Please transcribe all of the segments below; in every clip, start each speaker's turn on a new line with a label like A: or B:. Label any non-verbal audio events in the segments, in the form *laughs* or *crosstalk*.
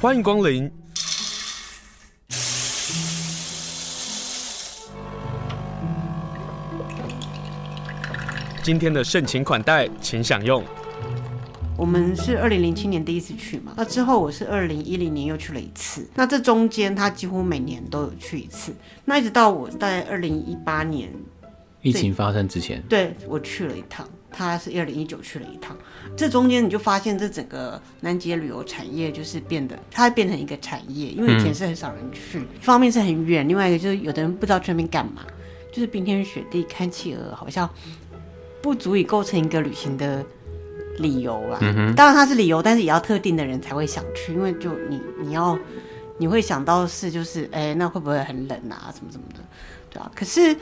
A: 欢迎光临。今天的盛情款待，请享用。
B: 我们是二零零七年第一次去嘛，那之后我是二零一零年又去了一次，那这中间他几乎每年都有去一次，那一直到我在二零一八年，
C: 疫情发生之前，
B: 对我去了一趟，他是二零一九去了一趟，这中间你就发现这整个南极的旅游产业就是变得，它变成一个产业，因为以前是很少人去，一方面是很远，另外一个就是有的人不知道去那边干嘛，就是冰天雪地看企鹅，好像不足以构成一个旅行的理由啦。当然它是理由，但是也要特定的人才会想去，因为就你你要你会想到是就是哎、那会不会很冷啊，什么什么的，对啊。可是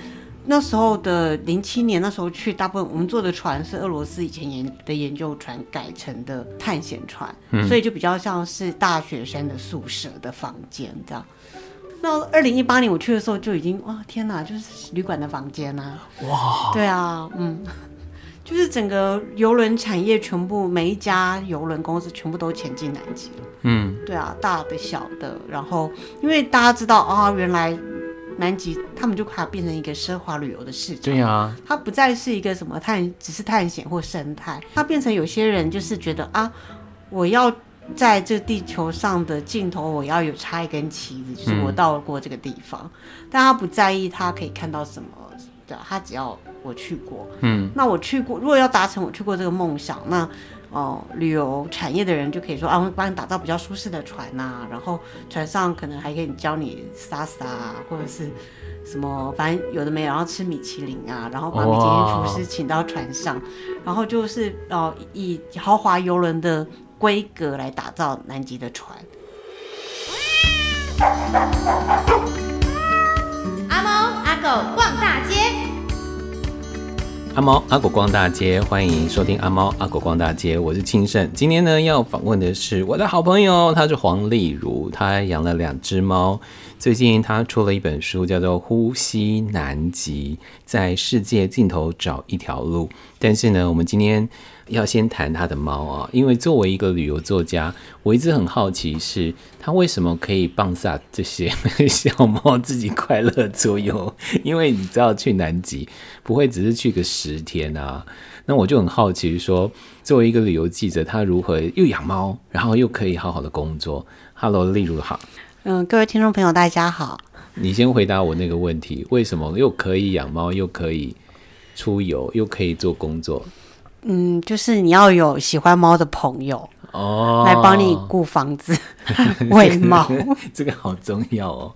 B: 那时候的零七年，那时候去大部分我们坐的船是俄罗斯以前研的研究船改成的探险船，所以就比较像是大学生的宿舍的房间这样。那二零一八年我去的时候就已经哇天哪，就是旅馆的房间啊，哇，对啊，嗯，就是整个游轮产业全部每一家游轮公司全部都前进南极了，
C: 嗯，
B: 对啊，大的小的，然后因为大家知道啊、原来南极他们就把它变成一个奢华旅游的市场，
C: 对啊，
B: 它不再是一个什么探，只是探险或生态，它变成有些人就是觉得啊，我要在这地球上的尽头，我要有插一根旗子，就是我到过这个地方，但他不在意他可以看到什么，对啊，他只要我去过，嗯，那我去过，如果要达成我去过这个梦想，那哦、旅游产业的人就可以说啊，我会帮你打造比较舒适的船呐、然后船上可能还可以教你撒撒啊，或者是什么，反正有的没有，然后吃米其林啊，然后把米其林厨师请到船上，然后就是哦、以豪华游轮的规格来打造南极的船。
D: 阿猫阿狗逛大街。
C: 阿猫阿狗逛大街，欢迎收听阿猫阿狗逛大街，我是庆盛。今天呢，要访问的是我的好朋友，他是黄丽如，他养了两只猫。最近他出了一本书，叫做《呼吸南极：在世界尽头找一条路》。但是呢，我们今天要先谈他的猫啊，因为作为一个旅游作家，我一直很好奇是他为什么可以棒下这些 *laughs* 小猫自己快乐左右？因为你知道去南极不会只是去个十天啊，那我就很好奇说，作为一个旅游记者，他如何又养猫，然后又可以好好的工作？Hello，例如好，
B: 嗯，各位听众朋友，大家好。
C: 你先回答我那个问题，为什么又可以养猫，又可以出游，又可以做工作？
B: 嗯，就是你要有喜欢猫的朋友
C: 哦，
B: 来帮你顾房子、喂猫。
C: *laughs* 这个好重要哦。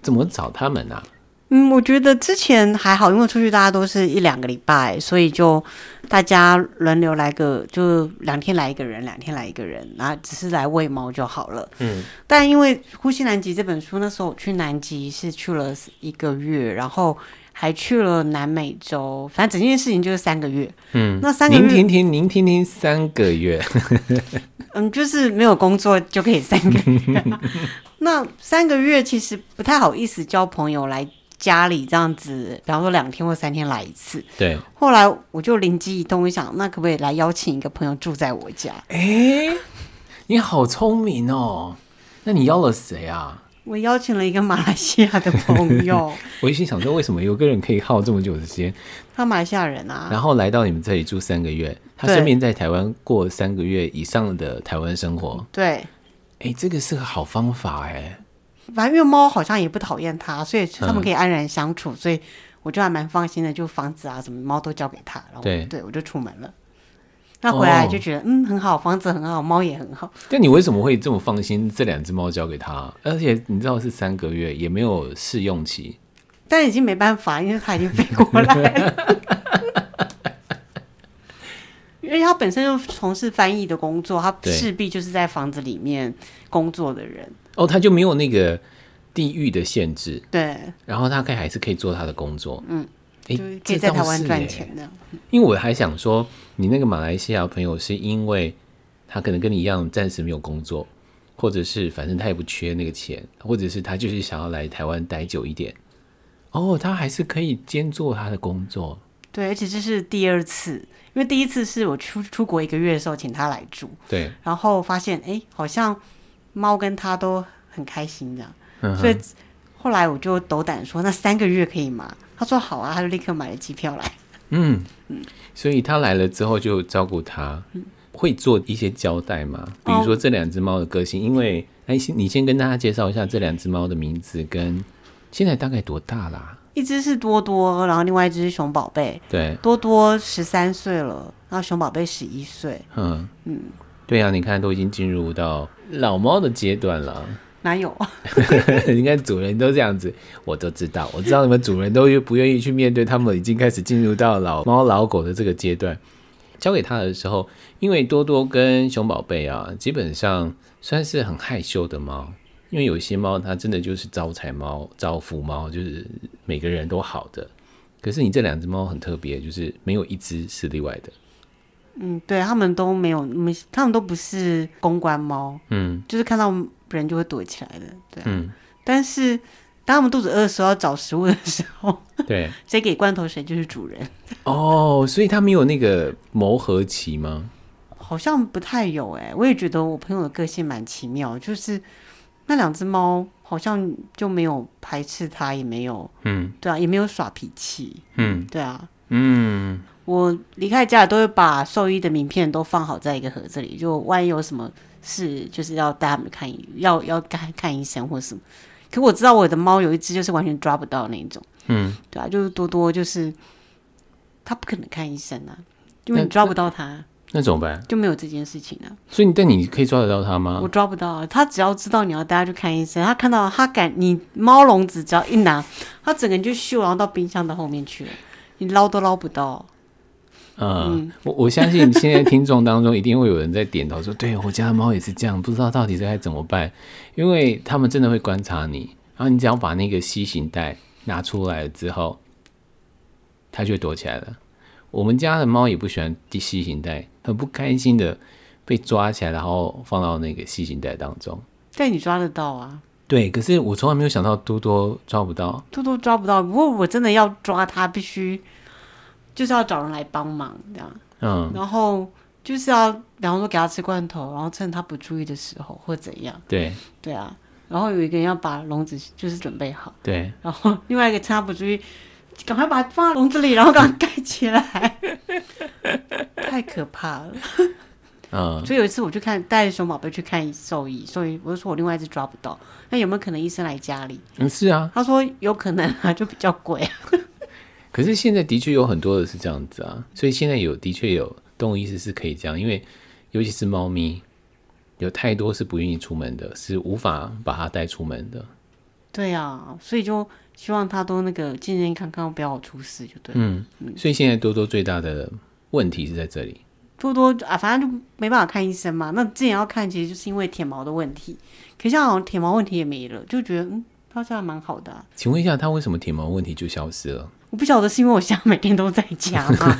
C: 怎么找他们啊？
B: 嗯，我觉得之前还好，因为出去大家都是一两个礼拜，所以就大家轮流来个，就两天来一个人，两天来一个人，然后只是来喂猫就好了。嗯，但因为《呼吸南极》这本书，那时候我去南极是去了一个月，然后还去了南美洲，反正整件事情就是三个月。嗯，那三个
C: 您
B: 月，
C: 听听，您听听，三个月，
B: 嗯，就是没有工作就可以三个月。 *laughs* 那三个月其实不太好意思交朋友来家里这样子，比方说两天或三天来一次。
C: *laughs* 对，
B: 后来我就灵机一动，我想那可不可以来邀请一个朋友住在我家？ *laughs*
C: 哎、你好聪明哦。那你邀了谁啊？
B: 我邀请了一个马来西亚的朋友，
C: 我一心想说，为什么有个人可以耗这么久的时间，
B: 他马来西亚人啊，
C: *laughs* 然后来到你们这里住三个月，他
B: 对
C: 顺便在台湾过三个月以上的台湾生活？
B: 对，
C: 哎、这个是个好方法哎、
B: 反正因为猫好像也不讨厌他，所以他们可以安然相处，所以我就还蛮放心的，就房子啊什么猫都交给他，然后
C: 对
B: 对我就出门了。那回来
C: 哦
B: 就觉得、嗯很好，房子很好，猫也很好，
C: 但你为什么会这么放心这两只猫交给他？而且你知道是三个月，也没有试用期。
B: 但已经没办法，因为它已经飞过来了。 *laughs* 因为他本身就从事翻译的工作，他
C: 对
B: 势必就是在房子里面工作的人。
C: 哦，他就没有那个地域的限制，
B: 对，
C: 然后他可以还是可以做他的工作。嗯，哎
B: 就是可以在台湾赚。
C: 这倒是
B: 钱的。
C: 耶因为我还想说，你那个马来西亚朋友是因为他可能跟你一样暂时没有工作，或者是反正他也不缺那个钱，或者是他就是想要来台湾待久一点。哦，他还是可以兼做他的工作。
B: 对，而且这是第二次，因为第一次是我出出国一个月的时候请他来住，
C: 对，
B: 然后发现哎，诶好像猫跟它都很开心这样。
C: 嗯
B: 所以后来我就斗胆说，那三个月可以吗？他说好啊，他就立刻买了机票来。
C: 嗯，所以他来了之后就照顾他，会做一些交代吗？比如说这两只猫的个性，因为哎，先你先跟大家介绍一下这两只猫的名字跟现在大概多大啦？
B: 一只是多多，然后另外一只是熊宝贝。
C: 对，
B: 多多十三岁了，然后熊宝贝十一岁，
C: 嗯嗯，对啊，你看都已经进入到老猫的阶段了。 *laughs*
B: 哪有？ *laughs*
C: 你看主人都这样子，我都知道，我知道你们主人都不愿意去面对，他们已经开始进入到老猫老狗的这个阶段。交给他的时候，因为多多跟熊宝贝啊，基本上算是很害羞的猫，因为有一些猫它真的就是招财猫、招福猫，就是每个人都好的。可是你这两只猫很特别，就是没有一只是例外的。
B: 嗯，对他们都没有，没他们都不是公关猫，
C: 嗯
B: 就是看到人就会躲起来的。对啊、
C: 嗯，
B: 但是当他们肚子饿的时候要找食物的时候，
C: 对
B: 谁给罐头谁就是主人，
C: 哦，所以它没有那个磨合期吗？
B: 好像不太有哎、我也觉得我朋友的个性蛮奇妙，就是那两只猫好像就没有排斥它，也没有
C: 嗯
B: 对啊，也没有耍脾气，
C: 嗯
B: 对啊。
C: 嗯。
B: 我离开家里都会把兽医的名片都放好在一个盒子里，就万一有什么事，就是要带他们看医，要要看看医生或什么。可我知道我的猫有一只就是完全抓不到那一种，
C: 嗯，
B: 对啊，就是多多就是它不可能看医生啊，因为
C: 那
B: 你抓不到它，
C: 那怎么办？
B: 就没有这件事情啊。
C: 所以你但你可以抓得到它
B: 我
C: 吗？
B: 抓不到啊，它只要知道你要带它去看医生，它看到它敢你猫笼子只要一拿，它整个人就咻，然后到冰箱的后面去了，你捞都捞不到。
C: 嗯，我 *laughs* 我相信现在听众当中一定会有人在点头说，对我家的猫也是这样，不知道到底是该怎么办，因为他们真的会观察你，然后你只要把那个吸形带拿出来之后，它就会躲起来了。我们家的猫也不喜欢系吸形带，很不开心的被抓起来，然后放到那个吸形带当中。
B: 但你抓得到啊。
C: 对，可是我从来没有想到多多抓不到，
B: 多多抓不到，不过我真的要抓它，必须就是要找人来帮忙这样，
C: 嗯，
B: 然后就是要，比方说给它吃罐头，然后趁它不注意的时候或怎样，
C: 对
B: 对啊，然后有一个人要把笼子就是准备好，
C: 对，
B: 然后另外一个趁它不注意，赶快把它放在笼子里，然后赶快盖起 *laughs* 来，太可怕了。
C: 嗯，
B: 所以有一次我去看带熊宝贝去看兽医，兽医我就说我另外一只抓不到，那有没有可能医生来家里？
C: 嗯是啊，
B: 他说有可能啊，就比较贵啊。
C: 可是现在的确有很多的是这样子啊，所以现在有的确有动物医师是可以这样，因为尤其是猫咪，有太多是不愿意出门的，是无法把它带出门的。
B: 对啊，所以就希望他都那个健健康康，不要出事就对。了。
C: 嗯，所以现在多多最大的问题是在这里。
B: 多多啊，反正就没办法看医生嘛。那之前要看，其实就是因为舔毛的问题。可现在好像舔毛问题也没了，就觉得嗯，他这样蛮好的啊、
C: 请问一下，它为什么舔毛问题就消失了？
B: 我不晓得是因为我现在每天都在家嘛，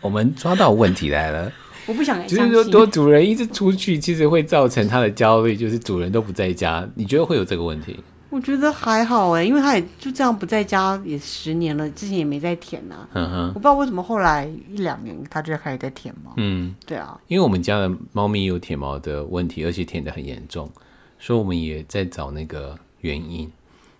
C: 我们抓到问题来了，
B: 我不想
C: *laughs* 就是
B: 相
C: 说多
B: 信。
C: 主人一直出去，其实会造成它的焦虑，就是主人都不在家。你觉得会有这个问题？
B: 我觉得还好哎、因为他也就这样不在家也十年了，之前也没在舔呐、
C: 嗯哼
B: 我，不知道为什么后来一两年他就开始在舔毛。
C: 嗯。
B: 对啊，
C: 因为我们家的猫咪有舔毛的问题，而且舔得很严重，所以我们也在找那个原因，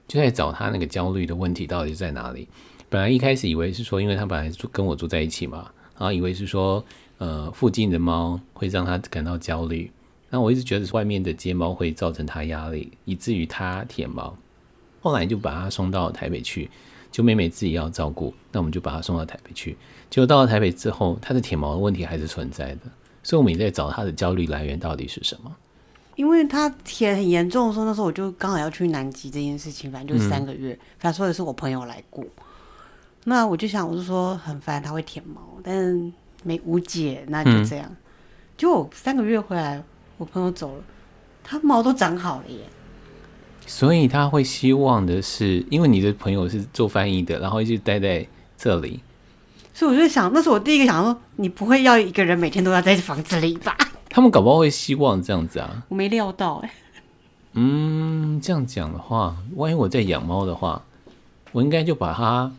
C: 就在找它那个焦虑的问题到底在哪里。本来一开始以为是说，因为它本来住跟我住在一起嘛，然后以为是说，呃，附近的猫会让它感到焦虑。那我一直觉得外面的街猫会造成它压力，以至于它舔毛。后来就把它送到台北去，就妹妹自己要照顾，那我们就把它送到台北去。结果到了台北之后，它的舔毛的问题还是存在的。所以我们也在找他的焦虑来源到底是什么。
B: 因为他舔很严重的时候，那时候我就刚好要去南极这件事情，反正就是三个月。反正说也是我朋友来过，那我就想，我就说很烦，他会舔毛，但是没无解，那就这样。结果三个月回来，我朋友走了，他毛都长好了耶。
C: 所以他会希望的是，因为你的朋友是做翻译的，然后一直待在这里，
B: 所以我就想，那是我第一个想说，你不会要一个人每天都要在房子里吧？ *laughs*
C: 他们搞不好会希望这样子啊。
B: 我没料到哎、
C: 嗯，这样讲的话，万一我在养猫的话，我应该就把它，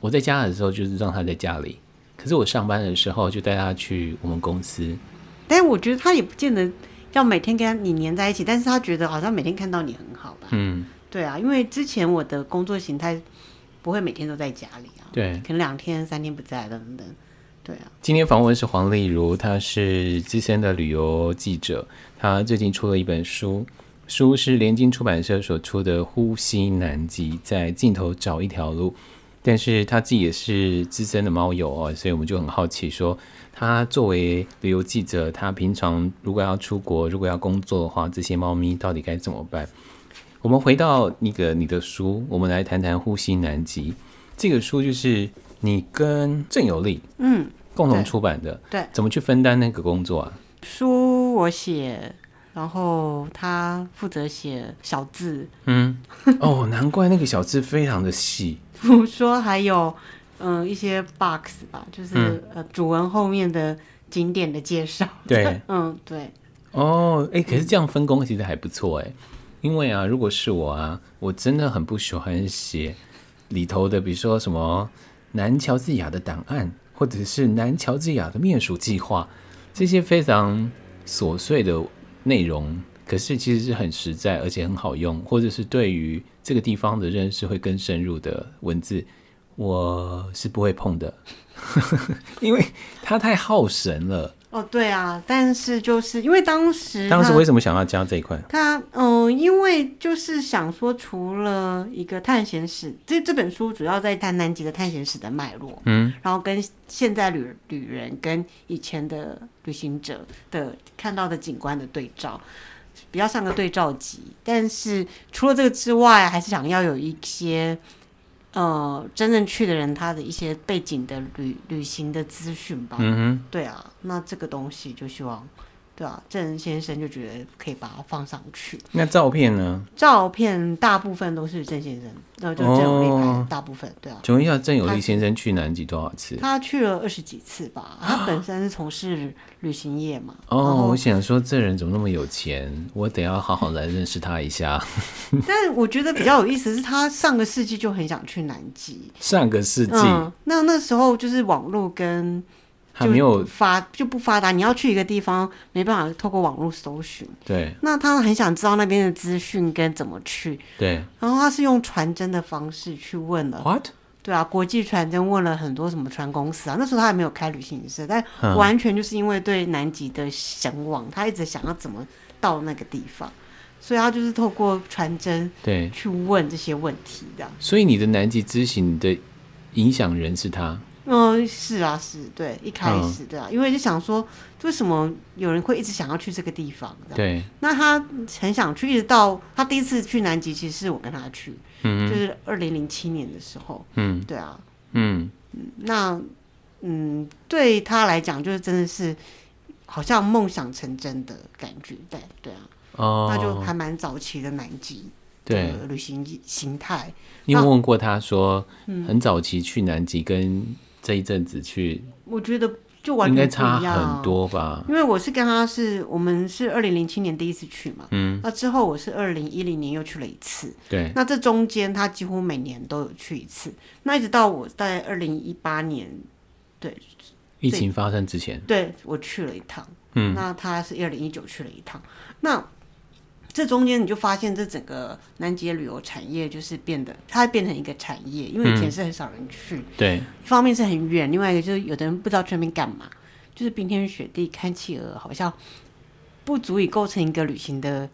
C: 我在家的时候就是让它在家里，可是我上班的时候就带它去我们公司。
B: 但我觉得他也不见得要每天跟他你黏在一起，但是他觉得好像每天看到你很好吧？
C: 嗯，
B: 对啊，因为之前我的工作形态不会每天都在家里啊，
C: 对。
B: 可能两天、三天不在等等。对啊，
C: 今天访问是黄丽如，她是资深的旅游记者，她最近出了一本书，书是联经出版社所出的《呼吸南极：在尽头找一条路》。但是她自己也是资深的猫友哦，所以我们就很好奇说，她作为旅游记者，她平常如果要出国，如果要工作的话，这些猫咪到底该怎么办？我们回到那个你的书，我们来谈谈《呼吸南极》这个书，就是你跟郑有力
B: 嗯，
C: 共同
B: 对
C: 出版的，
B: 对，
C: 怎么去分担那个工作啊？
B: 书我写，然后他负责写小字，
C: 嗯，哦，难怪那个小字非常的细，
B: 比如说还有嗯一些 box 吧，就是、
C: 嗯
B: 呃主文后面的景点的介绍。
C: 对，
B: 嗯，对，
C: 哦，哎、可是这样分工其实还不错哎，因为啊，如果是我啊，我真的很不喜欢写里头的，比如说什么南乔治亚的档案，或者是南乔治亚的面属计划这些非常琐碎的内容。可是其实是很实在，而且很好用，或者是对于这个地方的认识会更深入的文字，我是不会碰的， *laughs* 因为它太耗神了。
B: 哦对啊，但是就是因为当时
C: 当时
B: 他
C: 为什么想要加这一块？
B: 他嗯、呃因为就是想说，除了一个探险史，这这本书主要在谈南极的探险史的脉络，
C: 嗯，
B: 然后跟现在旅旅人跟以前的旅行者的看到的景观的对照，比较像个对照集。但是除了这个之外，还是想要有一些。呃，真正去的人，他的一些背景的旅旅行的资讯吧，
C: 嗯
B: 对啊，那这个东西就希望，对啊，郑人先生就觉得可以把它放上去。
C: 哼，那照片呢？
B: 照片大部分都是郑先生，那就郑有力拍
C: 哦
B: 的大部分，对啊。
C: 请问一下，郑有力先生去南极多少次？
B: 他去了二十几次吧，他本身是从事旅行业嘛，然
C: 哦，
B: 后
C: 我想说这人怎么那么有钱？我得要好好来认识他一下。 *laughs*
B: 但我觉得比较有意思是他上个世纪就很想去南极，
C: 上个世纪、
B: 嗯，那那时候就是网络跟
C: 还
B: 就
C: 没有
B: 发就不发达，你要去一个地方没办法透过网络搜寻，
C: 对
B: 那他很想知道那边的资讯跟怎么去，
C: 对
B: 然后他是用传真的方式去问了，
C: what
B: 对啊，国际传真问了很多什么船公司啊，那时候他还没有开旅行社，但
C: 嗯
B: 完全就是因为对南极的向往，他一直想要怎么到那个地方，所以他就是透过传真
C: 对，
B: 去问这些问题的。
C: 所以你的南极之行的影响人是他，
B: 嗯，是啊，是对，一开
C: 嗯
B: 始对啊，因为就想说，为什么有人会一直想要去这个地方？这样
C: 对，
B: 那他很想去，一直到他第一次去南极，其实是我跟他去，就
C: 嗯
B: 是二零零七年的时候，
C: 嗯
B: 对啊，
C: 嗯，
B: 那嗯，对他来讲，就是真的是好像梦想成真的感觉，对对啊，
C: 哦，
B: 那就还蛮早期的南极
C: 对。
B: 的旅行形态。
C: 你有问过他说，
B: 嗯
C: 很早期去南极跟这一阵子去
B: 我觉得就完
C: 应该
B: 全不
C: 差
B: 一样啊
C: 很，多吧？
B: 因为我是跟他是我们是二零零七年第一次去嘛，
C: 嗯，
B: 那之后我是二零一零年又去了一次，
C: 对，
B: 那这中间他几乎每年都有去一次，那一直到我在二零一八年，
C: 疫情发生之前，
B: 对我去了一趟。
C: 嗯，
B: 那他是二零一九去了一趟，那这中间你就发现这整个南极的旅游产业就是变得，它变成一个产业，因为以前是很少人去，
C: 对，
B: 一方面是很远，另外一个就是有的人不知道去那边干嘛，就是冰天雪地看企鹅，好像不足以构成一个旅行的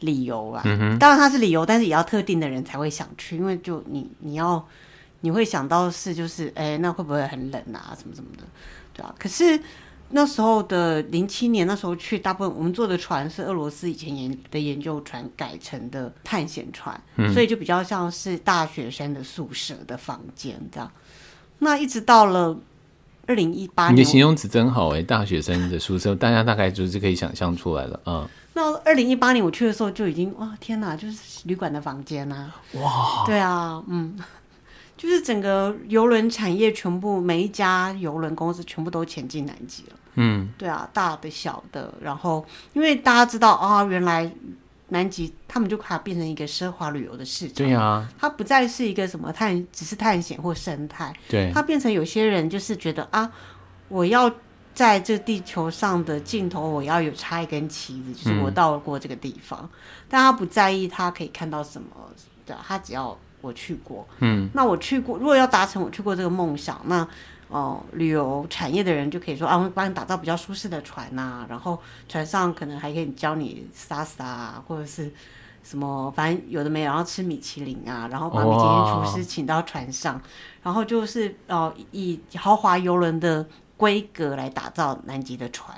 B: 理由啊。当然它是理由，但是也要特定的人才会想去，因为就你你要你会想到是就是哎、那会不会很冷啊，什么什么的，对啊。可是那时候的零七年，那时候去大部分我们坐的船是俄罗斯以前研的研究船改成的探险船，所以就比较像是大学生的宿舍的房间这样。那一直到了二零一八
C: 你的
B: 年，
C: 形容词真好哎、大学生的宿舍，大家大概就是可以想象出来了啊、
B: 那二零一八年我去的时候就已经哇天哪，就是旅馆的房间啊，哇，对啊，嗯，就是整个游轮产业全部每一家游轮公司全部都前进南极了，
C: 嗯，
B: 对啊，大的小的，然后因为大家知道啊、原来南极他们就把它变成一个奢华旅游的市场，
C: 对啊，
B: 它不再是一个什么探只是探险或生态，
C: 对，
B: 它变成有些人就是觉得啊，我要在这地球上的尽头，我要有插一根旗子，就是我到过这个地方。但他不在意他可以看到什么，对啊，他只要我去过。嗯，那我去过，如果要达成我去过这个梦想，那哦、旅游产业的人就可以说啊，我帮你打造比较舒适的船呐、然后船上可能还可以教你撒撒啊，或者是什么，反正有的没有，然后吃米其林啊，然后把米其林厨师请到船上，然后就是哦、以豪华游轮的规格来打造南极的船，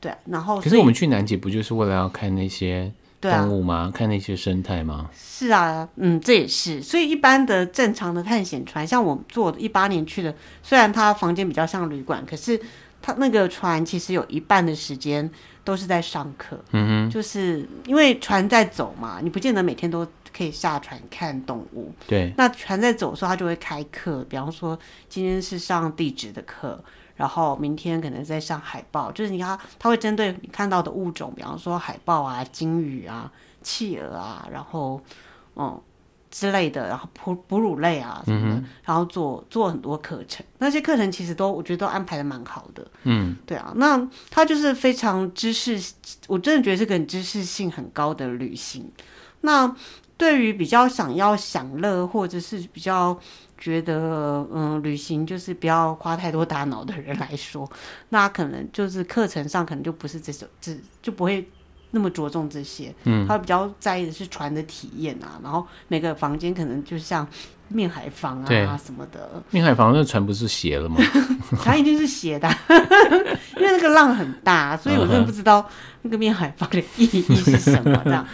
B: 对啊、然后
C: 可
B: 所
C: 是
B: 以
C: 我们去南极不就是为了要看那些
B: 对啊
C: 动物吗？看那些生态吗？
B: 是啊，嗯，这也是，所以一般的正常的探险船，像我坐一八年去的，虽然它房间比较像旅馆，可是它那个船其实有一半的时间都是在上课，嗯哼，就是因为船在走嘛，你不见得每天都可以下船看动物，
C: 对，
B: 那船在走的时候，他就会开课，比方说今天是上地质的课，然后明天可能在上海豹，就是你看他他会针对你看到的物种，比方说海豹啊、鲸鱼啊、企鹅啊，然后嗯之类的，然后哺哺乳类啊什么的，然后做做很多课程。那些课程其实都我觉得都安排的蛮好的，嗯，对啊，那他就是非常知识，我真的觉得是个很知识性很高的旅行。那对于比较想要享乐，或者是比较觉得嗯旅行就是不要花太多大脑的人来说， *laughs* 那可能就是课程上可能就不是这种，这就不会那么着重这些。嗯，他比较在意的是船的体验啊，然后每个房间可能就像面海房
C: 对
B: 啊什么的，
C: 面海房那船不是斜了吗？ *laughs*
B: 船一定是斜的啊、 *laughs* 因为那个浪很大，所以我真
C: 嗯
B: 的不知道那个面海房的意义是什么这
C: *laughs*
B: 样。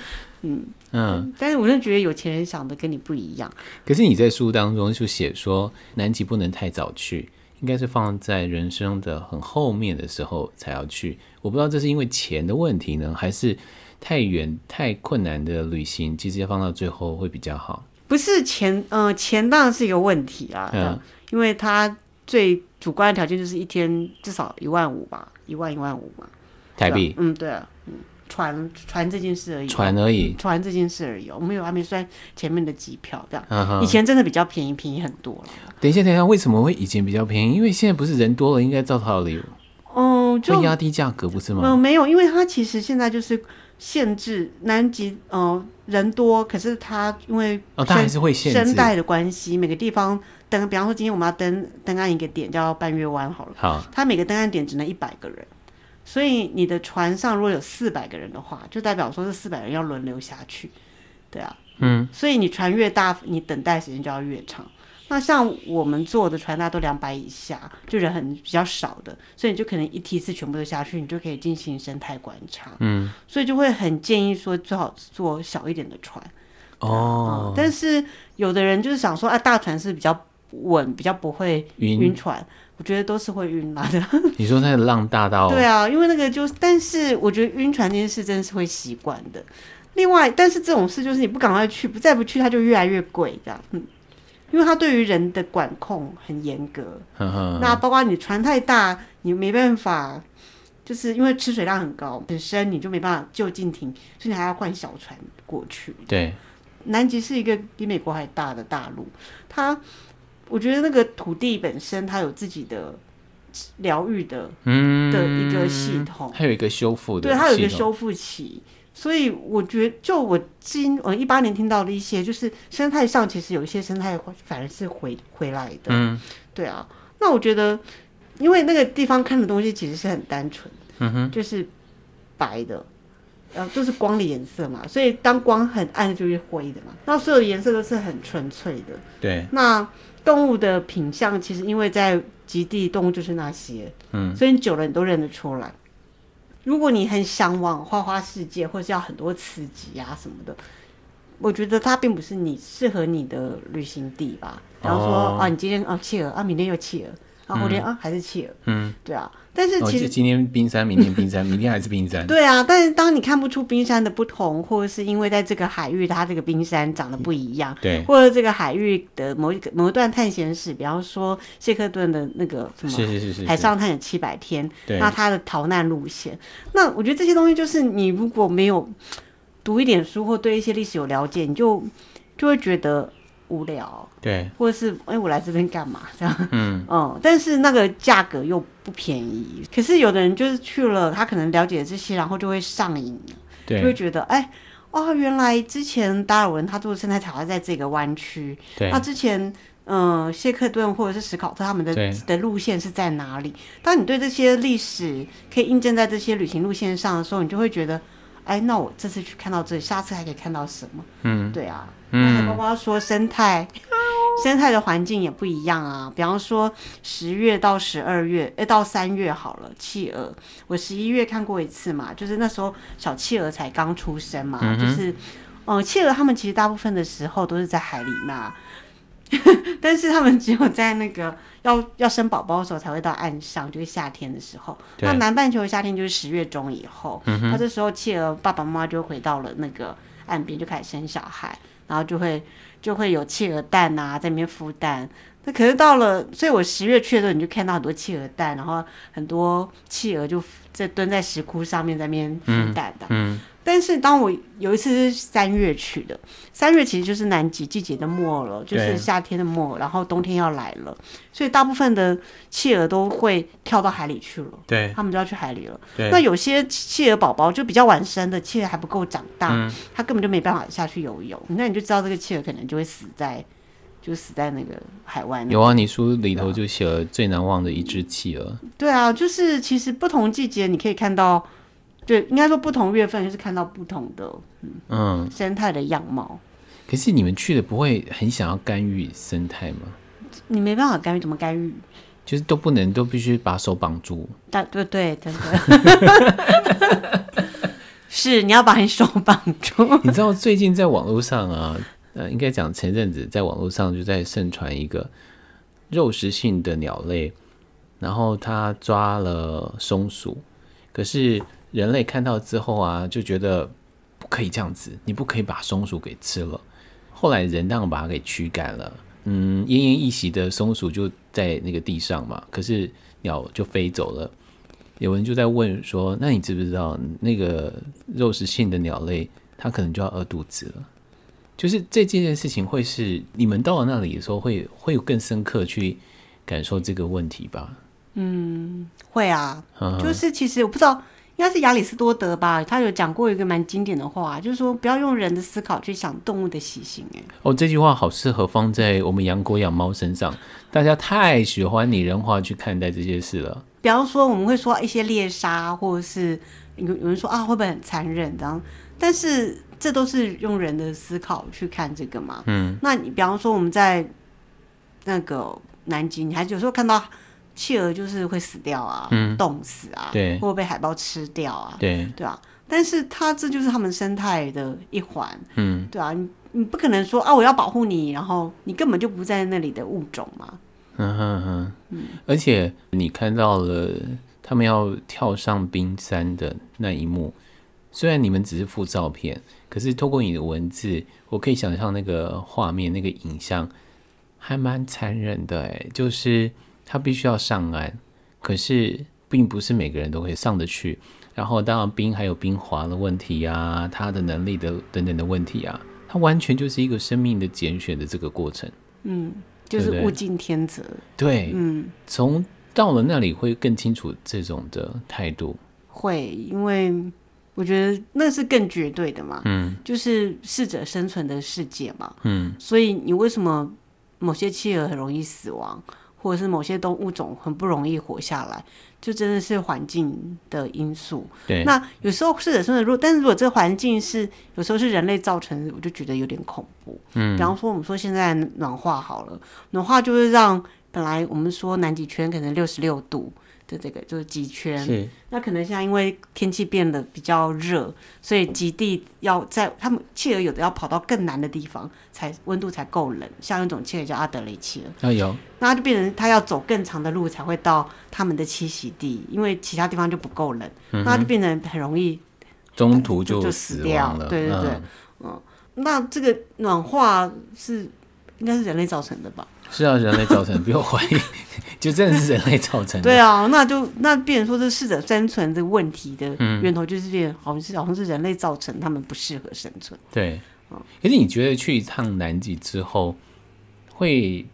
C: 嗯，
B: 但是我真的觉得有钱人想的跟你不一样。
C: 可是你在书当中就写说，南极不能太早去，应该是放在人生的很后面的时候才要去。我不知道这是因为钱的问题呢，还是太远太困难的旅行，其实要放到最后会比较好。
B: 不是钱，呃，钱当然是一个问题啦，
C: 嗯
B: 因为它最主观的条件就是一天至少一万五吧，一万一万五嘛，
C: 台
B: 对
C: 币
B: 啊嗯，对啊，嗯，船船这件事而已，嗯
C: 船而已，
B: 船这件事而已哦，我们有还没算前面的机票这样，
C: 嗯哼
B: 啊以前真的比较便宜，便宜很多了，
C: 等一下，等一下，为什么会以前比较便宜？因为现在不是人多了，应该照道理
B: 哦，就
C: 会压低价格，不是
B: 嗯、
C: 吗？
B: 没有，因为它其实现在就是限制南极，呃，人多，可是它因为
C: 哦，它还是会限
B: 生
C: 制。
B: 态的关系，每个地方登，比方说今天我们要登登岸一个点叫半月湾好了，
C: 好，
B: 它每个登岸点只能一百个人，所以你的船上如果有四百个人的话，就代表说这四百人要轮流下去，对啊，
C: 嗯，
B: 所以你船越大，你等待时间就要越长。那像我们坐的船大都两百以下，就人很比较少的，所以你就可能一梯次全部都下去，你就可以进行生态观察。嗯，所以就会很建议说最好坐小一点的船。
C: 哦
B: 嗯，但是有的人就是想说，啊，大船是比较稳，比较不会
C: 晕
B: 晕船。我觉得都是会晕啦的，
C: 你说它的浪大到
B: 对啊，因为那个就是，但是我觉得晕船这件事真的是会习惯的。另外，但是这种事就是你不赶快去，不再不去，它就越来越贵这样。嗯，因为它对于人的管控很严格，
C: 呵呵，
B: 那包括你船太大，你没办法，就是因为吃水量很高很深，你就没办法就近停，所以你还要换小船过去。
C: 对，
B: 南极是一个比美国还大的大陆，它我觉得那个土地本身它有自己的疗愈的
C: 嗯
B: 的一个系统
C: 还有一个修复的
B: 对，
C: 系统，
B: 它有一个修复期。所以我觉得，就我今我一八年听到的一些，就是生态上其实有一些生态反而是回回来的，
C: 嗯，
B: 对啊。那我觉得，因为那个地方看的东西其实是很单纯，嗯哼，就是白的，呃，就是光的颜色嘛。所以当光很暗就是灰的嘛，那所有的颜色都是很纯粹的。
C: 对，
B: 那动物的品相，其实因为在极地动物就是那些，嗯，所以你久了你都认得出来。如果你很向往花花世界，或是要很多刺激啊什么的，我觉得它并不是你适合你的旅行地吧。然后说、
C: 哦
B: 啊，你今天啊企鹅啊，明天又企鹅，啊后天、啊还是企鹅，嗯，对啊。但是
C: 哦，
B: 其实
C: 就今天冰山，明天冰山，明天还是冰山。
B: 对啊，但是当你看不出冰山的不同，或者是因为在这个海域它这个冰山长得不一样，
C: 对
B: 或者这个海域的某一个某一段探险史，比方说谢克顿的那个什么
C: 是是是是
B: 海上探险七百天，
C: 对
B: 那它的逃难路线，那我觉得这些东西就是你如果没有读一点书或对一些历史有了解，你就就会觉得无聊，
C: 对，
B: 或者是哎、我来这边干嘛 *laughs* 这样。
C: 嗯，
B: 哦，但是那个价格又不便宜。可是有的人就是去了，他可能了解这些，然后就会上瘾，就会
C: 对
B: 觉得哎。哦，原来之前达尔文他做的生态调查在这个湾区，
C: 对
B: 他之前嗯、呃谢克顿或者是史考特他们的
C: 对
B: 的路线是在哪里？当你对这些历史可以印证在这些旅行路线上的时候，你就会觉得，哎，那我这次去看到这里，下次还可以看到什么？
C: 嗯
B: 对啊，那包
C: 嗯，
B: 括说生态，生态的环境也不一样啊。比方说十月到十二月，哎，到三月好了，企鹅，我十一月看过一次嘛，就是那时候小企鹅才刚出生嘛，
C: 嗯哼
B: 就是，嗯、企鹅它们其实大部分的时候都是在海里嘛。但是它们只有在那个要要生宝宝的时候才会到岸上，就是夏天的时候。
C: 对
B: 那南半球的夏天就是十月中以后，
C: 嗯
B: 那这时候企鹅爸爸妈妈就回到了那个岸边，就开始生小孩，然后就会就会有企鹅蛋啊在里面孵蛋。那可是到了，所以我十月去的时候，你就看到很多企鹅蛋，然后很多企鹅就在蹲在石窟上面在那边孵蛋的。
C: 嗯
B: 但是当我有一次是三月去的，三月其实就是南极季节的末了，就
C: 对
B: 是夏天的末，然后冬天要来了，所以大部分的企鹅都会跳到海里去了，
C: 对
B: 他们就要去海里了。那
C: 对，
B: 有些企鹅宝宝就比较晚生的，企鹅还不够长大，
C: 嗯
B: 它根本就没办法下去游泳，那你就知道这个企鹅可能就会死在，就死在那个海湾。
C: 有啊，你书里头就写了最难忘的一只企鹅，
B: 对啊，就是其实不同季节你可以看到，对，应该说不同月份就是看到不同的
C: 嗯，
B: 生态的样貌。
C: 可是你们去了不会很想要干预生态吗？
B: 你没办法干预，怎么干预？
C: 就是都不能，都必须把手绑住。
B: 但对对，真的 *laughs* 是你要把你手绑住。
C: *laughs* 你知道最近在网络上啊，呃，应该讲前阵子在网络上就在盛传一个肉食性的鸟类，然后它抓了松鼠，可是人类看到之后啊，就觉得不可以这样子，你不可以把松鼠给吃了。后来人当然把它给驱赶了，嗯，奄奄一息的松鼠就在那个地上嘛，可是鸟就飞走了。有人就在问说：“那你知不知道那个肉食性的鸟类，它可能就要饿肚子了？”就是这这件事情会是你们到了那里的时候会，会有更深刻去感受这个问题吧？
B: 会啊，
C: 嗯
B: 就是其实我不知道，应该是亚里士多德吧，他有讲过一个蛮经典的话，就是说不要用人的思考去想动物的习性、哎，
C: 哦，这句话好适合放在我们养狗养猫身上，大家太喜欢拟人化去看待这些事了。
B: 比方说我们会说一哎些猎杀，或者是有有人说啊会不会很残忍这样，但是这都是用人的思考去看这个嘛。
C: 嗯，
B: 那你比方说我们在那个南极，你还有时候看到企鹅就是会死掉啊，
C: 嗯
B: 冻死啊，
C: 对
B: 或者被海豹吃掉啊，
C: 对，
B: 对啊。但是它这就是他们生态的一环，
C: 嗯，
B: 对啊，你你不可能说啊我要保护你，然后你根本就不在那里的物种嘛，
C: 嗯哼哼，而且你看到了他们要跳上冰山的那一幕，虽然你们只是附照片，可是透过你的文字，我可以想象那个呃画面、那个影像，还蛮残忍的哎。就是他必须要上岸，可是并不是每个人都可以上得去。然后当然冰还有冰滑的问题啊，他的能力的等等的问题啊，它完全就是一个生命的拣选的这个过程。
B: 就
C: 对
B: 是
C: 对
B: 物竞天择，
C: 对，
B: 嗯。
C: 从到了那里会更清楚这种的态度。
B: 会，因为我觉得那是更绝对的嘛，
C: 嗯
B: 就是适者生存的世界嘛。
C: 嗯，
B: 所以你为什么某些企鹅很容易死亡，或者是某些动物种很不容易活下来，就真的是环境的因素。
C: 对，
B: 那有时候适者生存，如果但是如果这个环境是有时候是人类造成的，我就觉得有点恐怖。嗯，比方说我们说现在暖化好了，暖化就会让本来我们说南极圈可能六十六度的这个就是极圈，
C: 是
B: 那可能现在因为天气变得比较热，所以极地要在他们企鹅有的要跑到更南的地方才温度才够冷，像有一种企鹅叫阿德雷企鹅，
C: 啊有
B: 那它就变成它要走更长的路才会到他们的栖息地，因为其他地方就不够冷，
C: 嗯
B: 那它就变成很容易。
C: 中途
B: 就就死
C: 死
B: 掉
C: 亡了，
B: 对对对
C: 嗯
B: 那这个暖化是应该是人类造成的吧？
C: 是啊，人类造成，不用怀疑， *laughs* 就真的是人类造成的。
B: 对啊，那就那变成说这适者生存这个问题的
C: 嗯
B: 源头就是变，好像是好像是人类造成他们不适合生存。
C: 对，可是你觉得去一趟南极之后，会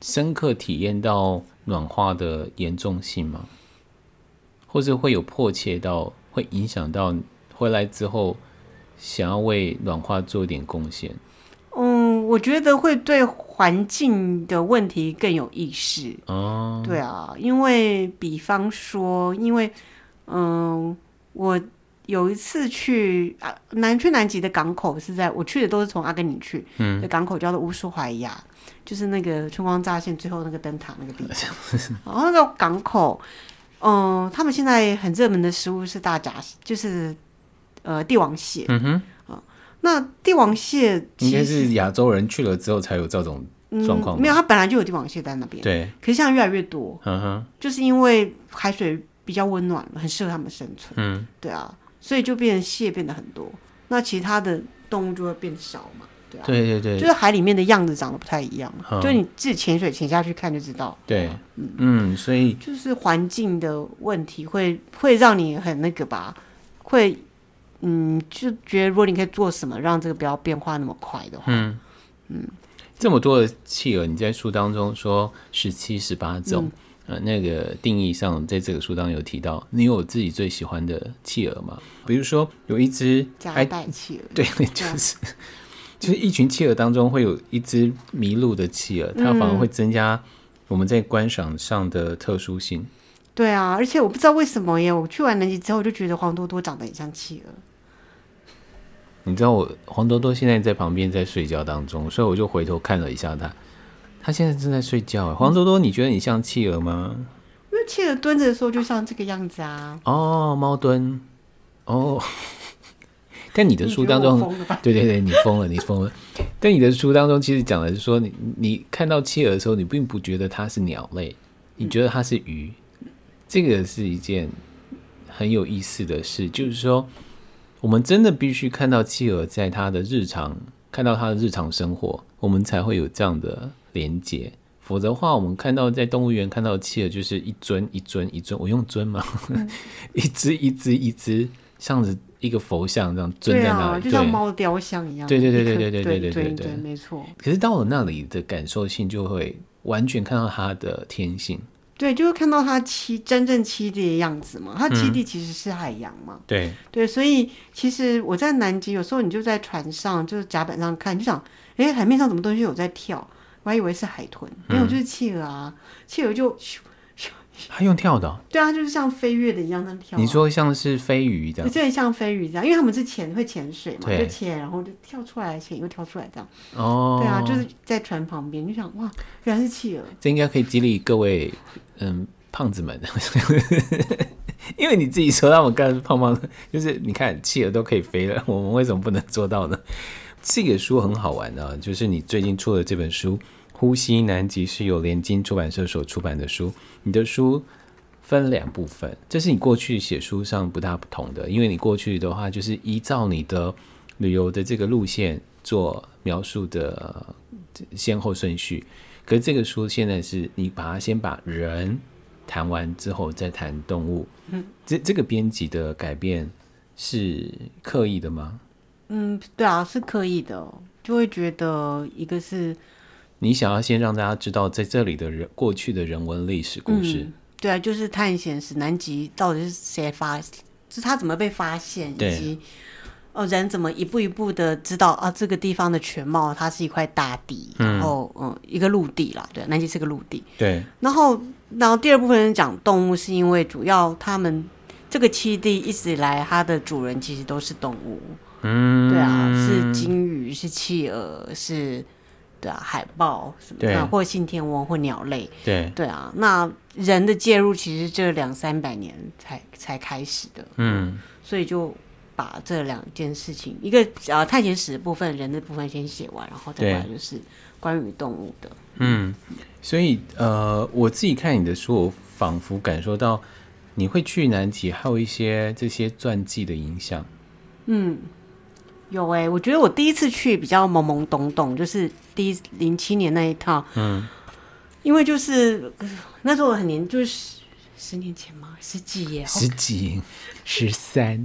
C: 深刻体验到软化的严重性吗？或是会有迫切到会影响到回来之后想要为软化做一点贡献？
B: 嗯，我觉得会对环境的问题更有意识。
C: 哦，
B: 对啊，因为比方说，因为嗯，我有一次去啊南去南极的港口是在我去的都是从阿根廷去，嗯，的港口叫做乌苏怀亚，就是那个春光乍现最后那个灯塔那个地方，然后那个港口，嗯，他们现在很热门的食物是大闸，就是呃帝王蟹，嗯哼，那帝王蟹
C: 应
B: 其
C: 该
B: 实嗯
C: 是亚洲人去了之后才有这种状况吧、
B: 没有，它本来就有帝王蟹在那边，
C: 对，
B: 可是现在越来越多，
C: 嗯哼，
B: 就是因为海水比较温暖，很适合它们生存。嗯，对啊，所以就变成蟹变得很多，那其他的动物就会变少嘛，对啊。
C: 对对对，
B: 就是海里面的样子长得不太一样，
C: 嗯
B: 就你自己潜水潜下去看就知道，
C: 对，嗯，所以
B: 就是环境的问题会会让你很那个吧，会嗯就觉得如果你可以做什么让这个不要变化那么快的话，
C: 嗯这么多的企鹅，你在书当中说十七、十八
B: 嗯
C: 种，呃，那个定义上，在这个书当中有提到，你有自己最喜欢的企鹅吗？比如说有一只
B: 加，
C: 哎
B: 带企鹅，
C: 对，就是就是一群企鹅当中会有一只迷路的企鹅，它反而会增加我们在观赏上的特殊性。
B: 对啊，而且我不知道为什么耶，我去完南极之后我就觉得黄多多长得很像企鹅，
C: 你知道我黄多多现在在旁边在睡觉当中，所以我就回头看了一下它，它现在正在睡觉。黄多多，你觉得你像企鹅吗？
B: 因为企鹅蹲着的时候就像这个样子啊。
C: 哦，猫蹲，哦， *laughs* 但你的书当
B: 你觉得
C: 中
B: 我疯了吧，
C: 对对对，你疯了，你疯了。但你的书当中其实讲的是说，你你看到企鹅的时候，你并不觉得它是鸟类，
B: 嗯
C: 你觉得它是鱼，这个是一件很有意思的事，就是说，我们真的必须看到企鹅在它的日常，看到它的日常生活，我们才会有这样的连接。否则的话，我们看到在动物园看到的企鹅就是一尊一尊一尊，我用尊嘛，
B: 嗯
C: *laughs* 一只一只一只，像是一个佛像这样尊
B: 对
C: 在那
B: 啊，
C: 里，
B: 就像
C: 对
B: 猫的雕像一样。
C: 对对对对
B: 一颗
C: 对对对
B: 对
C: 对对
B: 对
C: 对
B: 没错。
C: 可是到了那里的感受性就会完全看到它的天性，
B: 对，就会看到它栖真正栖地的样子嘛。它栖
C: 嗯
B: 地其实是海洋嘛。
C: 对，
B: 对，所以其实我在南极，有时候你就在船上，就是甲板上看，你就想，哎，海面上怎么东西有在跳？我还以为是海豚，
C: 嗯
B: 没有，就是企鹅啊。企鹅就咻，
C: 它用跳的哦、
B: 对啊，就是像飞跃的一样在跳、啊。
C: 你说像是飞鱼这
B: 有
C: 样，
B: 点像飞鱼这样，因为他们是潜会潜水嘛，
C: 对
B: 就潜，然后就跳出来，潜又跳出来这样。
C: 哦，
B: 对啊，就是在船旁边，就想哇，原来是企鹅。
C: 这应该可以激励各位嗯胖子们， *laughs* 因为你自己说让我干胖胖的，就是你看企鹅都可以飞了，我们为什么不能做到呢？这个书很好玩啊，就是你最近出的这本书《呼吸南极》是由联经出版社所出版的书，你的书。分两部分，这是你过去写书上不大不同的，因为你过去的话就是依照你的旅游的这个路线做描述的呃先后顺序，可是这个书现在是你把它先把人谈完之后再谈动物，这这个编辑的改变是刻意的吗？
B: 嗯，对啊，是可以的哦，就会觉得一个是
C: 你想要先让大家知道在这里的人过去的人文历史故事，
B: 嗯，对啊，就是探险史，南极到底是谁发，就是他怎么被发现，以
C: 对
B: 及哦人怎么一步一步的知道啊这个地方的全貌，它是一块大地，然后嗯一个陆地啦，对啊，南极是个陆地，
C: 对，
B: 然后，然后第二部分是讲动物，是因为主要他们这个栖地一直以来，它的主人其实都是动物。嗯，对啊，是鲸鱼，是企鹅，是，对啊，海豹什么
C: 对
B: 的，或信天翁或鸟类。
C: 对，
B: 对啊，那人的介入其实这两三百年才才开始的，
C: 嗯，
B: 所以就把这两件事情，一个呃探险史的部分、人的部分先写完，然后再
C: 对
B: 过来就是关于动物的。
C: 所以呃，我自己看你的书，我仿佛感受到你会去南极，还有一些这些传记的影响。
B: 有哎、我觉得我第一次去比较懵懵懂懂，就是第一零七年那一趟，嗯，因为就是呃那时候我很年，就是十十年前嘛，十几耶，好
C: 十几、十三，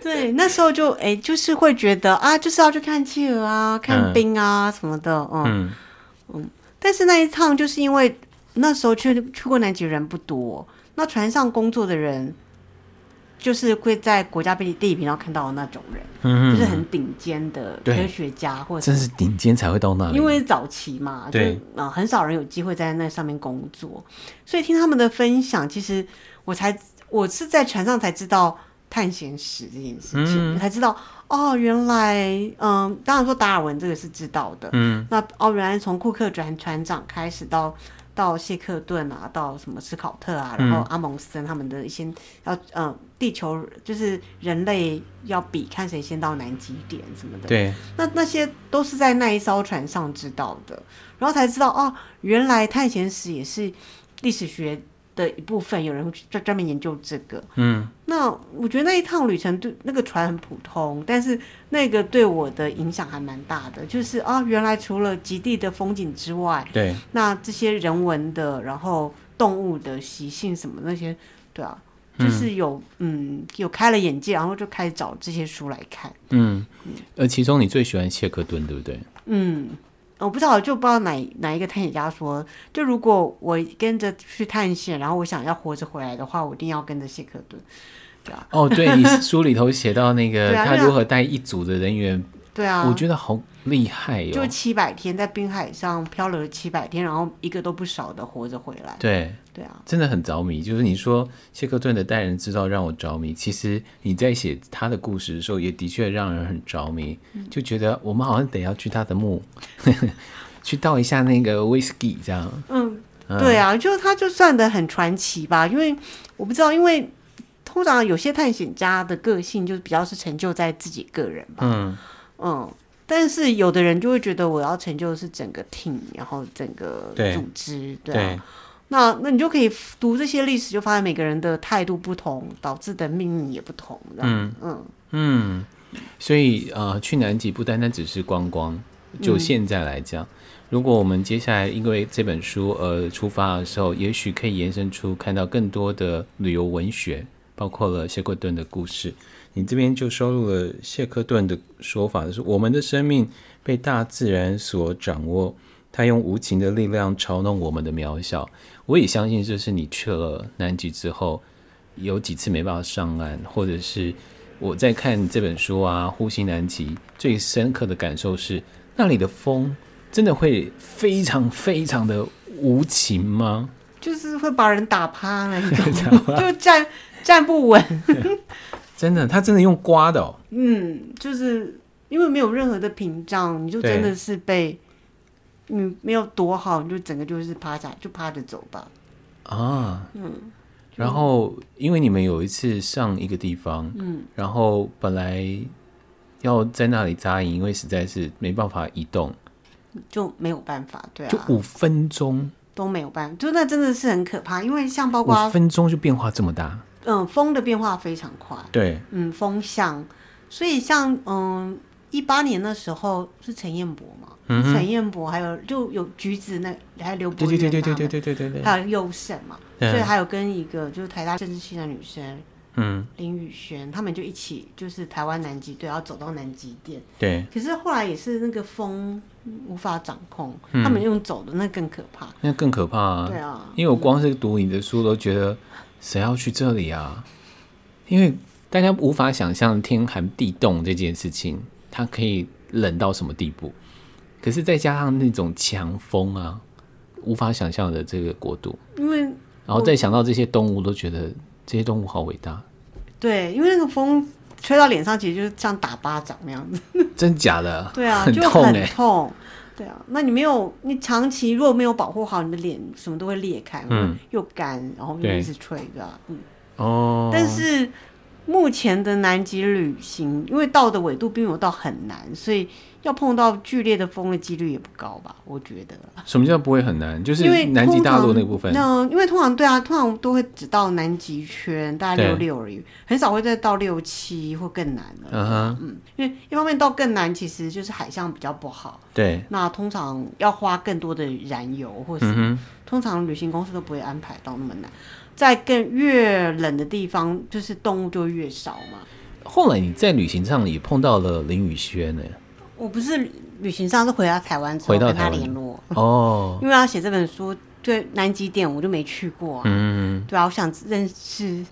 B: 对，那时候就哎、就是会觉得啊，就是要去看企鹅啊、看
C: 嗯
B: 冰啊什么的，嗯。
C: 嗯
B: 但是那一趟就是因为那时候去去过南极人不多，那船上工作的人就是会在国家地地理频道看到的那种人，
C: 嗯
B: 就是很顶尖的
C: 对
B: 科学家或者
C: 真是顶尖才会到那里，
B: 因为是早期嘛，
C: 对
B: 就是呃，很少人有机会在那上面工作，所以听他们的分享，其实我才我是在船上才知道探险史这件事
C: 嗯
B: 情，才知道哦，原来嗯，当然说达尔文这个是知道的，
C: 嗯，
B: 那哦，原来从库克船船长开始到。到谢克顿啊，到什么斯考特啊，
C: 嗯
B: 然后阿蒙森他们的一些要呃，地球就是人类要比看谁先到南极点什么的，
C: 对，
B: 那那些都是在那一艘船上知道的，然后才知道哦，原来探险史也是历史学的一部分，有人会去专专门研究这个。
C: 嗯，
B: 那我觉得那一趟旅程对那个船很普通，但是那个对我的影响还蛮大的，就是啊、原来除了极地的风景之外，
C: 对，
B: 那这些人文的，然后动物的习性什么那些，对啊，就是有嗯有开了眼界，然后就开始找这些书来看。
C: 嗯，呃，其中你最喜欢谢克顿，对不对？
B: 嗯，我不知道，就不知道哪哪一个探险家说，就如果我跟着去探险，然后我想要活着回来的话，我一定要跟着谢克顿。
C: 哦，对你书里头写到那
B: *laughs*
C: 个
B: 对啊
C: 他
B: 对啊
C: 如何带一组的人员，
B: 对啊，
C: 我觉得好厉害哟、
B: 就七百天在冰海上漂流了七百天，然后一个都不少的活着回来。
C: 对，
B: 对啊，
C: 真的很着迷。就是你说谢克顿的待人之道让我着迷，其实你在写他的故事的时候，也的确让人很着迷，
B: 嗯
C: 就觉得我们好像得要去他的墓， *laughs* 去倒一下那个 whisky 这样。
B: 嗯，对啊，就他就算的很传奇吧，因为我不知道，因为通常有些探险家的个性就比较是成就在自己个人吧。
C: 嗯，
B: 嗯，但是有的人就会觉得我要成就的是整个 team，然后整个
C: 对
B: 组织，对啊
C: 对，
B: 那那你就可以读这些历史，就发现每个人的态度不同，导致的命运也不同。嗯嗯，
C: 嗯，所以呃，去南极不单单只是观光，就现在来讲，如果我们接下来因为这本书而出发的时候，也许可以延伸出看到更多的旅游文学，包括了谢克顿的故事。你这边就收录了谢克顿的说法，就是我们的生命被大自然所掌握，它用无情的力量嘲弄我们的渺小。我也相信，这是你去了南极之后，有几次没办法上岸，或者是我在看这本书啊，《呼吸南极》，最深刻的感受是，那里的风真的会非常非常的无情吗？
B: 就是会把人打趴那一
C: *laughs*
B: 种，就站站不稳。
C: 真的，它真的用刮的、哦，
B: 嗯，就是因为没有任何的屏障，你就真
C: 对
B: 的是被你没有躲好，你就整个就是趴下，就趴着走吧。
C: 啊，嗯，然后因为你们有一次上一个地方，嗯，然后本来要在那里扎营，因为实在是没办法移动，
B: 就没有办法，对
C: 就
B: 啊，
C: 五分钟，
B: 都没有办法，就那真的是很可怕，因为像包
C: 五
B: 括
C: 分钟就变化这么大，
B: 嗯风的变化非常快，
C: 对，
B: 嗯风向，所以像嗯一八年的时候是陈彦博嘛，陈彦博还有就有橘子那还有刘伯
C: 对对
B: 元
C: 对对
B: 他
C: 对
B: 们
C: 对对对对对，
B: 还有佑胜嘛，
C: 嗯
B: 所以还有跟一个就是台大政治系的女生
C: 嗯，
B: 林宇轩，他们就一起就是台湾南极队要走到南极点，
C: 对，
B: 可是后来也是那个风无法掌控，他们用走的那更可怕，
C: 那更可怕啊，
B: 对啊，
C: 因为我光是读你的书都觉得谁要去这里啊？因为大家无法想象天寒地冻这件事情，它可以冷到什么地步。可是再加上那种强风啊，无法想象的这个国度，
B: 因为
C: 然后再想到这些动物，都觉得这些动物好伟大，
B: 对，因为那个风吹到脸上，其实就是像打巴掌那样子。
C: 真假的？
B: 对啊，
C: *laughs* 很
B: 就
C: 痛
B: 很
C: 哎、
B: 痛。对啊，那你没有，你长期如果没有保护好，你的脸什么都会裂开嘛，
C: 嗯
B: 又干，然后又
C: 对
B: 一直吹，对吧、嗯，
C: 哦，
B: 但是目前的南极旅行，因为到的纬度并没有到很难，所以要碰到剧烈的风的几率也不高吧，我觉得。
C: 什么叫不会很难？就是
B: 因为
C: 南极
B: 通
C: 大陆
B: 常
C: 那部分，
B: 那因为通常对啊，通常都会只到南极圈，大概
C: 对
B: 六六而已，很少会再到六七或更难了。
C: 嗯哼，
B: 嗯，因为一方面到更难，其实就是海象比较不好，
C: 对，
B: 那通常要花更多的燃油或是、
C: 嗯哼，
B: 通常旅行公司都不会安排到那么难。在更越冷的地方，就是动物就越少嘛。
C: 后来你在旅行上也碰到了林宇
B: *laughs*
C: 轩呢、
B: 我不是旅行上是回到台湾之后
C: 回到
B: 跟他
C: 台湾
B: 联络，
C: 哦，
B: 因为要写这本书，对南极点我就没去过啊，
C: 嗯，
B: 对啊，我想认识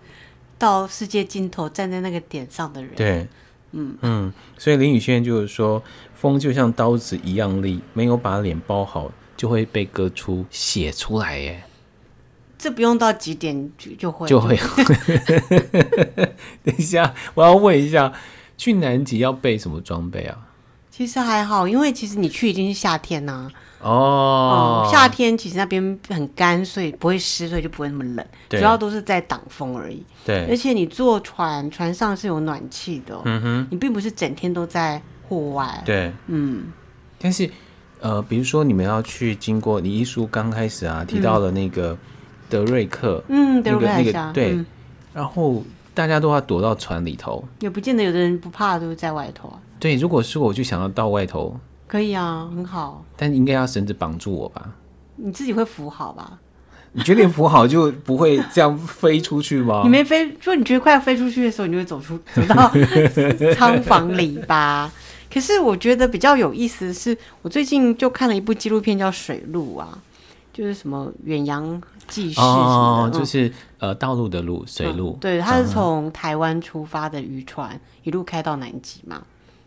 B: 到世界尽头站在那个点上的人，
C: 对，嗯嗯，所以林宇轩就是说，风就像刀子一样利，没有把脸包好，就会被割出血出来耶，
B: 这不用到几点就就会
C: 就会。 *laughs* 等一下，我要问一下，去南极要备什么装备啊？
B: 其实还好，因为其实你去一定是夏天啊呐、
C: 哦，
B: 嗯夏天其实那边很干，所以不会湿，所以就不会那么冷，主
C: 对
B: 要都是在挡风而已。而
C: 对，
B: 且你坐船，船上是有暖气的哦、
C: 嗯哼。
B: 你并不是整天都在户外。
C: 对，
B: 嗯，
C: 但是呃，比如说你们要去经过，你一书刚开始啊提到了那个德瑞克，
B: 嗯德瑞克
C: 那个那
B: 海峡
C: 个对，
B: 嗯
C: 然后大家都要躲到船里头。
B: 也不见得有的人不怕，都是在外头啊。
C: 对，如果是我就想要到外头，
B: 可以啊，很好，
C: 但应该要绳子绑住我吧？
B: 你自己会扶好吧？
C: 你觉得你扶好就不会这样飞出去吗？
B: *laughs* 你没飞，就你觉得快要飞出去的时候，你就会走
C: *laughs*
B: 出走到 *laughs* 仓房里吧。可是我觉得比较有意思的是，我最近就看了一部纪录片叫《水路》啊，就是什么远洋纪事什么
C: 哦，
B: 的，
C: 就
B: 嗯
C: 是呃道路的路，水路，
B: 对，它是从台湾出发的渔船一路开到南极嘛，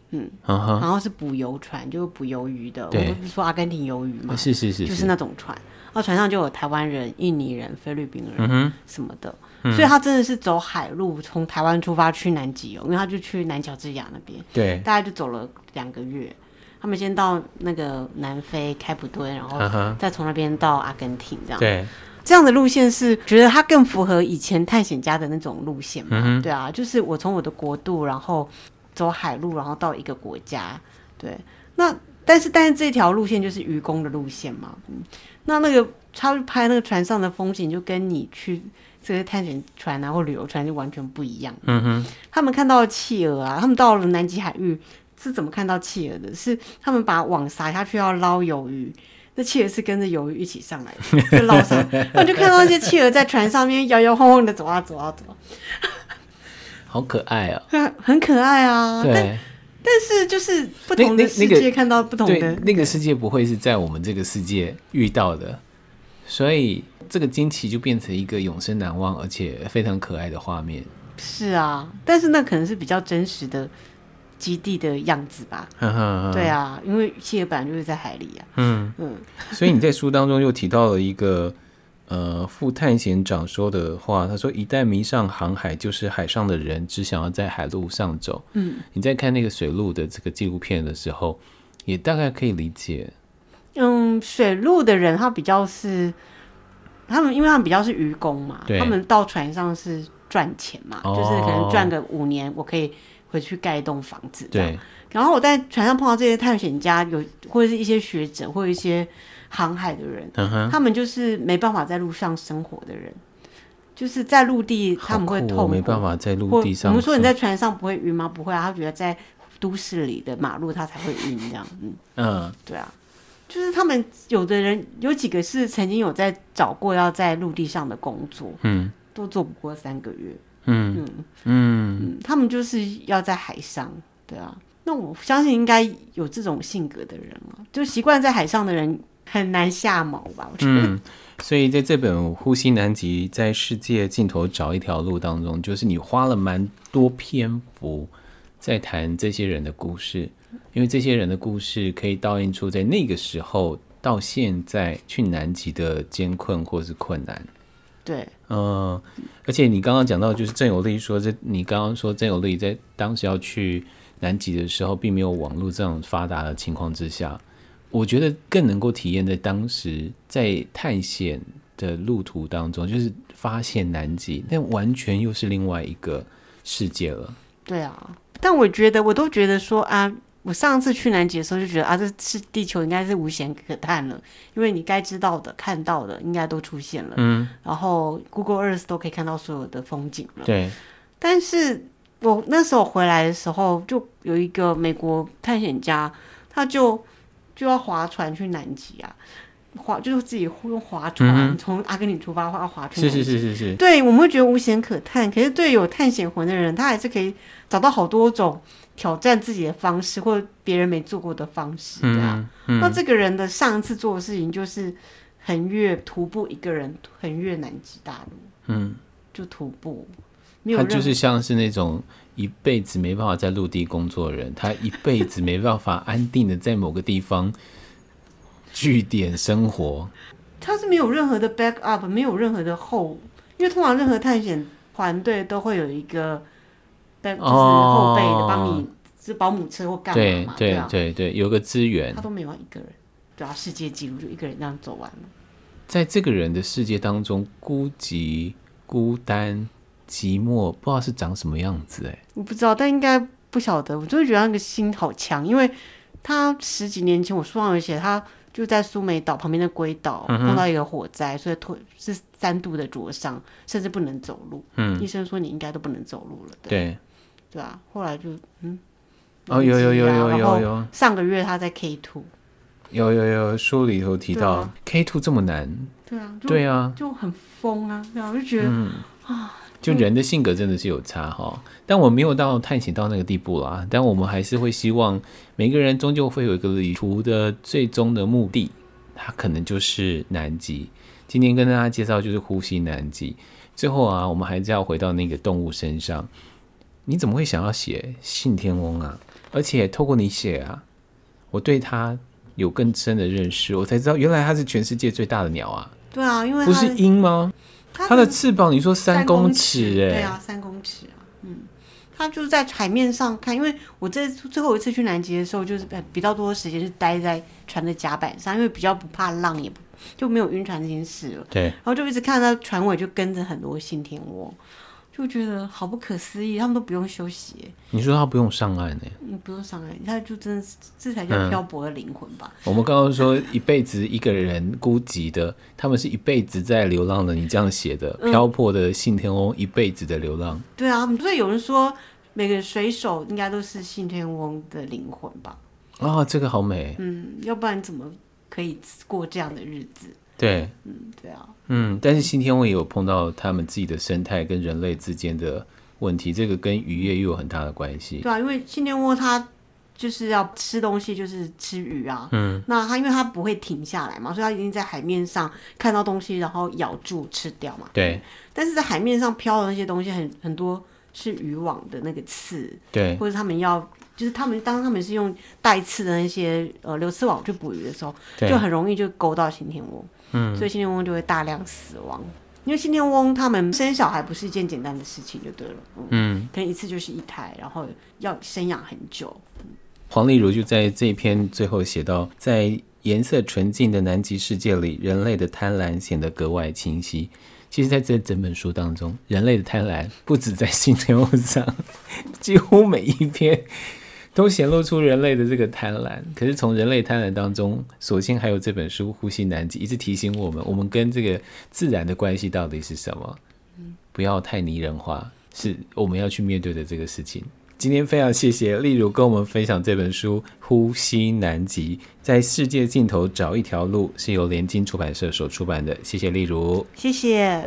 C: 嗯哼，
B: 然后是捕游船，就是捕鱿鱼的。我
C: 对
B: 们不是说阿根廷鱿鱼嘛，
C: 是是是，
B: 就是是那种船，然后船上就有台湾人、印尼人、菲律宾
C: 嗯
B: 人
C: 哼，嗯
B: 什么的，所以他真的是走海路从台湾出发去南极哦，因为他就去南乔治亚那边，
C: 对，
B: 大概就走了两个月。他们先到那个南非开普敦，然后
C: 嗯哼
B: 再从那边到阿根廷这样。
C: 对，
B: 这样的路线是觉得它更符合以前探险家的那种路线嘛？
C: 嗯哼
B: 对啊，就是我从我的国度，然后走海路，然后到一个国家，对。那但是但是这条路线就是愚公的路线嘛，嗯，那那个他去拍那个船上的风景，就跟你去这些探险船啊或旅游船就完全不一样。
C: 嗯哼，
B: 他们看到企鹅啊，他们到了南极海域是怎么看到企鹅的？是他们把网撒下去要捞鱿鱼，那企鹅是跟着鱿鱼一起上来的，就捞上来。然后就看到那些企鹅在船上面摇摇晃晃的走啊走啊走啊，
C: 好可爱啊，
B: 很很可爱啊。但
C: 对。
B: 但是就是不同
C: 那
B: 的
C: 那
B: 世
C: 那个
B: 界看到不同
C: 对
B: 的，
C: 那个世界不会是在我们这个世界遇到的，所以这个惊奇就变成一个永生难忘而且非常可爱的画面。
B: 是啊，但是那可能是比较真实的基地的样子吧。 *laughs* 对
C: 对，
B: 啊，因为企鹅本来就是在海里啊。
C: 嗯，
B: 嗯，
C: 所以你在书当中又提到了一个呃副探险长说的话，他说一旦迷上航海，就是海上的人只想要在海路上走。嗯，你在看那个水路的这个纪录片的时候，也大概可以理解。
B: 嗯，水路的人他比较是，他们因为他们比较是愚公嘛，
C: 对
B: 他们到船上是赚钱嘛，
C: 哦
B: 就是可能赚个五年，我可以回去盖一栋房子。这样。
C: 对，
B: 然后我在船上碰到这些探险家，有或者是一些学者，或者一些航海的人，
C: 嗯哼，
B: 他们就是没办法在路上生活的人，就是在陆地他们会
C: 好酷
B: 痛
C: 哦
B: 苦，
C: 没办法在陆
B: 或
C: 地上。
B: 我们说你在船上不会晕吗？不会啊，他觉得在都市里的马路他才会晕这样。嗯。
C: 嗯，
B: 对啊，就是他们有的人有几个是曾经有在找过要在陆地上的工作，
C: 嗯，
B: 都做不过三个月。
C: 嗯
B: 嗯
C: 嗯，
B: 嗯，他们就是要在海上，对啊。那我相信应该有这种性格的人啊，就习惯在海上的人很难下锚吧？我觉得，
C: 嗯，所以在这本《呼吸南极：在世界尽头找一条路》当中，就是你花了蛮多篇幅在谈这些人的故事，因为这些人的故事可以倒映出在那个时候到现在去南极的艰困或是困难。
B: 对，
C: 嗯，而且你刚刚讲到，就是郑有利说，这你刚刚说郑有利在当时要去南极的时候，并没有网络这样发达的情况之下，我觉得更能够体验在当时在探险的路途当中，就是发现南极，那完全又是另外一个世界了。
B: 对啊。但我觉得，我都觉得说啊，我上次去南极的时候就觉得啊，这是地球应该是无险可探了，因为你该知道的、看到的应该都出现了。
C: 嗯，
B: 然后 Google Earth 都可以看到所有的风景了。
C: 对，
B: 但是我那时候回来的时候，就有一个美国探险家，他就就要划船去南极啊，划，就是自己用划
C: 嗯
B: 船
C: 哼
B: 从、阿根廷出发划划去。
C: 是是。是是是，
B: 对，我们会觉得无险可探，可是对有探险魂的人，他还是可以找到好多种挑战自己的方式，或者别人没做过的方式，对啊。
C: 嗯嗯
B: 那这个人的上一次做的事情就是横越徒步，一个人横越南极大陆，
C: 嗯，
B: 就徒步，没有
C: 他
B: 任何
C: 就是像是那种一辈子没办法在陆地工作的人，他一辈子没办法安定的在某个地方据点生活。
B: 他是没有任何的 back up，没有任何的后，因为通常任何探险团队都会有一个 back，就是后备的
C: 哦
B: 帮你，是保姆车或干
C: 对
B: 嘛嘛，
C: 对
B: 啊，
C: 对对，有个资源
B: 他，都没有一个人，对啊，世界纪录就一个人这样走完了。
C: 在这个人的世界当中，孤寂、孤单、寂寞，不知道是长什么样子哎、
B: 我不知道，但应该不晓得。我就会觉得他那个心好强，因为他十几年前我书上有写，他就在苏梅岛旁边的龟岛碰到一个火灾，所以腿是三度的灼伤，甚至不能走路。
C: 嗯
B: 医生说你应该都不能走路了，对
C: 对，
B: 对啊。后来就嗯，
C: 哦，有有有有有
B: 然后
C: 有有
B: 上个月他在 K two，
C: 有有有，书里头提到 K two 这么难，
B: 对啊，就
C: 对啊，
B: 就很疯啊，对啊，我就觉得、嗯
C: 就人的性格真的是有差哈，但我没有到探险到那个地步啦，但我们还是会希望每个人终究会有一个旅途的最终的目的，它可能就是南极。今天跟大家介绍就是呼吸南极。最后啊，我们还是要回到那个动物身上，你怎么会想要写信天翁啊？而且透过你写啊，我对它有更深的认识，我才知道原来它是全世界最大的鸟啊，
B: 对啊，因为
C: 不
B: 他
C: 是鹰吗？
B: 他
C: 它的翅膀你说三公尺哎、
B: 对啊，三公尺啊，嗯，他就是在海面上看，因为我这次最后一次去南极的时候，就是呃比较多的时间是待在船的甲板上，因为比较不怕浪，也不就没有晕船这件事了，
C: 对。
B: 然后就一直看到船尾就跟着很多信天翁，就觉得好不可思议，他们都不用休息耶，
C: 你说他不用上岸呢、欸
B: 你不用上来，他就真的是这才
C: 嗯
B: 叫漂泊的灵魂吧。
C: 我们刚刚说一辈子一个人孤寂的，他们是一辈子在流浪的。你这样写的，
B: 嗯
C: 漂泊的信天翁一辈子的流浪，
B: 对啊，所以有人说每个水手应该都是信天翁的灵魂吧？
C: 啊、这个好美。
B: 嗯，要不然怎么可以过这样的日子？
C: 对，
B: 对啊，
C: 嗯，但是信天翁也有碰到他们自己的生态跟人类之间的问题，这个跟渔业又有很大的关系。
B: 对啊，因为信天翁它就是要吃东西，就是吃鱼啊。嗯，那它因为它不会停下来嘛，所以它一定在海面上看到东西，然后咬住吃掉嘛。
C: 对
B: 但是在海面上漂的那些东西很，很多是渔网的那个刺，
C: 对，
B: 或者他们要。就是他们当他们是用带刺的那些呃流刺网去捕鱼的时候，
C: 对
B: 就很容易就勾到信天翁，嗯，所以信天翁就会大量死亡。因为信天翁他们生小孩不是一件简单的事情，就对了，嗯，
C: 嗯，
B: 可能一次就是一胎，然后要生养很久。
C: 黄丽如就在这一篇最后写到，在颜色纯净的南极世界里，人类的贪婪显得格外清晰。其实，在这整本书当中，人类的贪婪不止在新天物上，几乎每一篇都显露出人类的这个贪婪。可是，从人类贪婪当中，首先还有这本书《呼吸南极》，一直提醒我们，我们跟这个自然的关系到底是什么？不要太拟人化，是我们要去面对的这个事情。今天非常谢谢例如跟我们分享这本书《呼吸南极：在世界尽头找一条路》，是由联经出版社所出版的。谢谢例如。
B: 谢谢。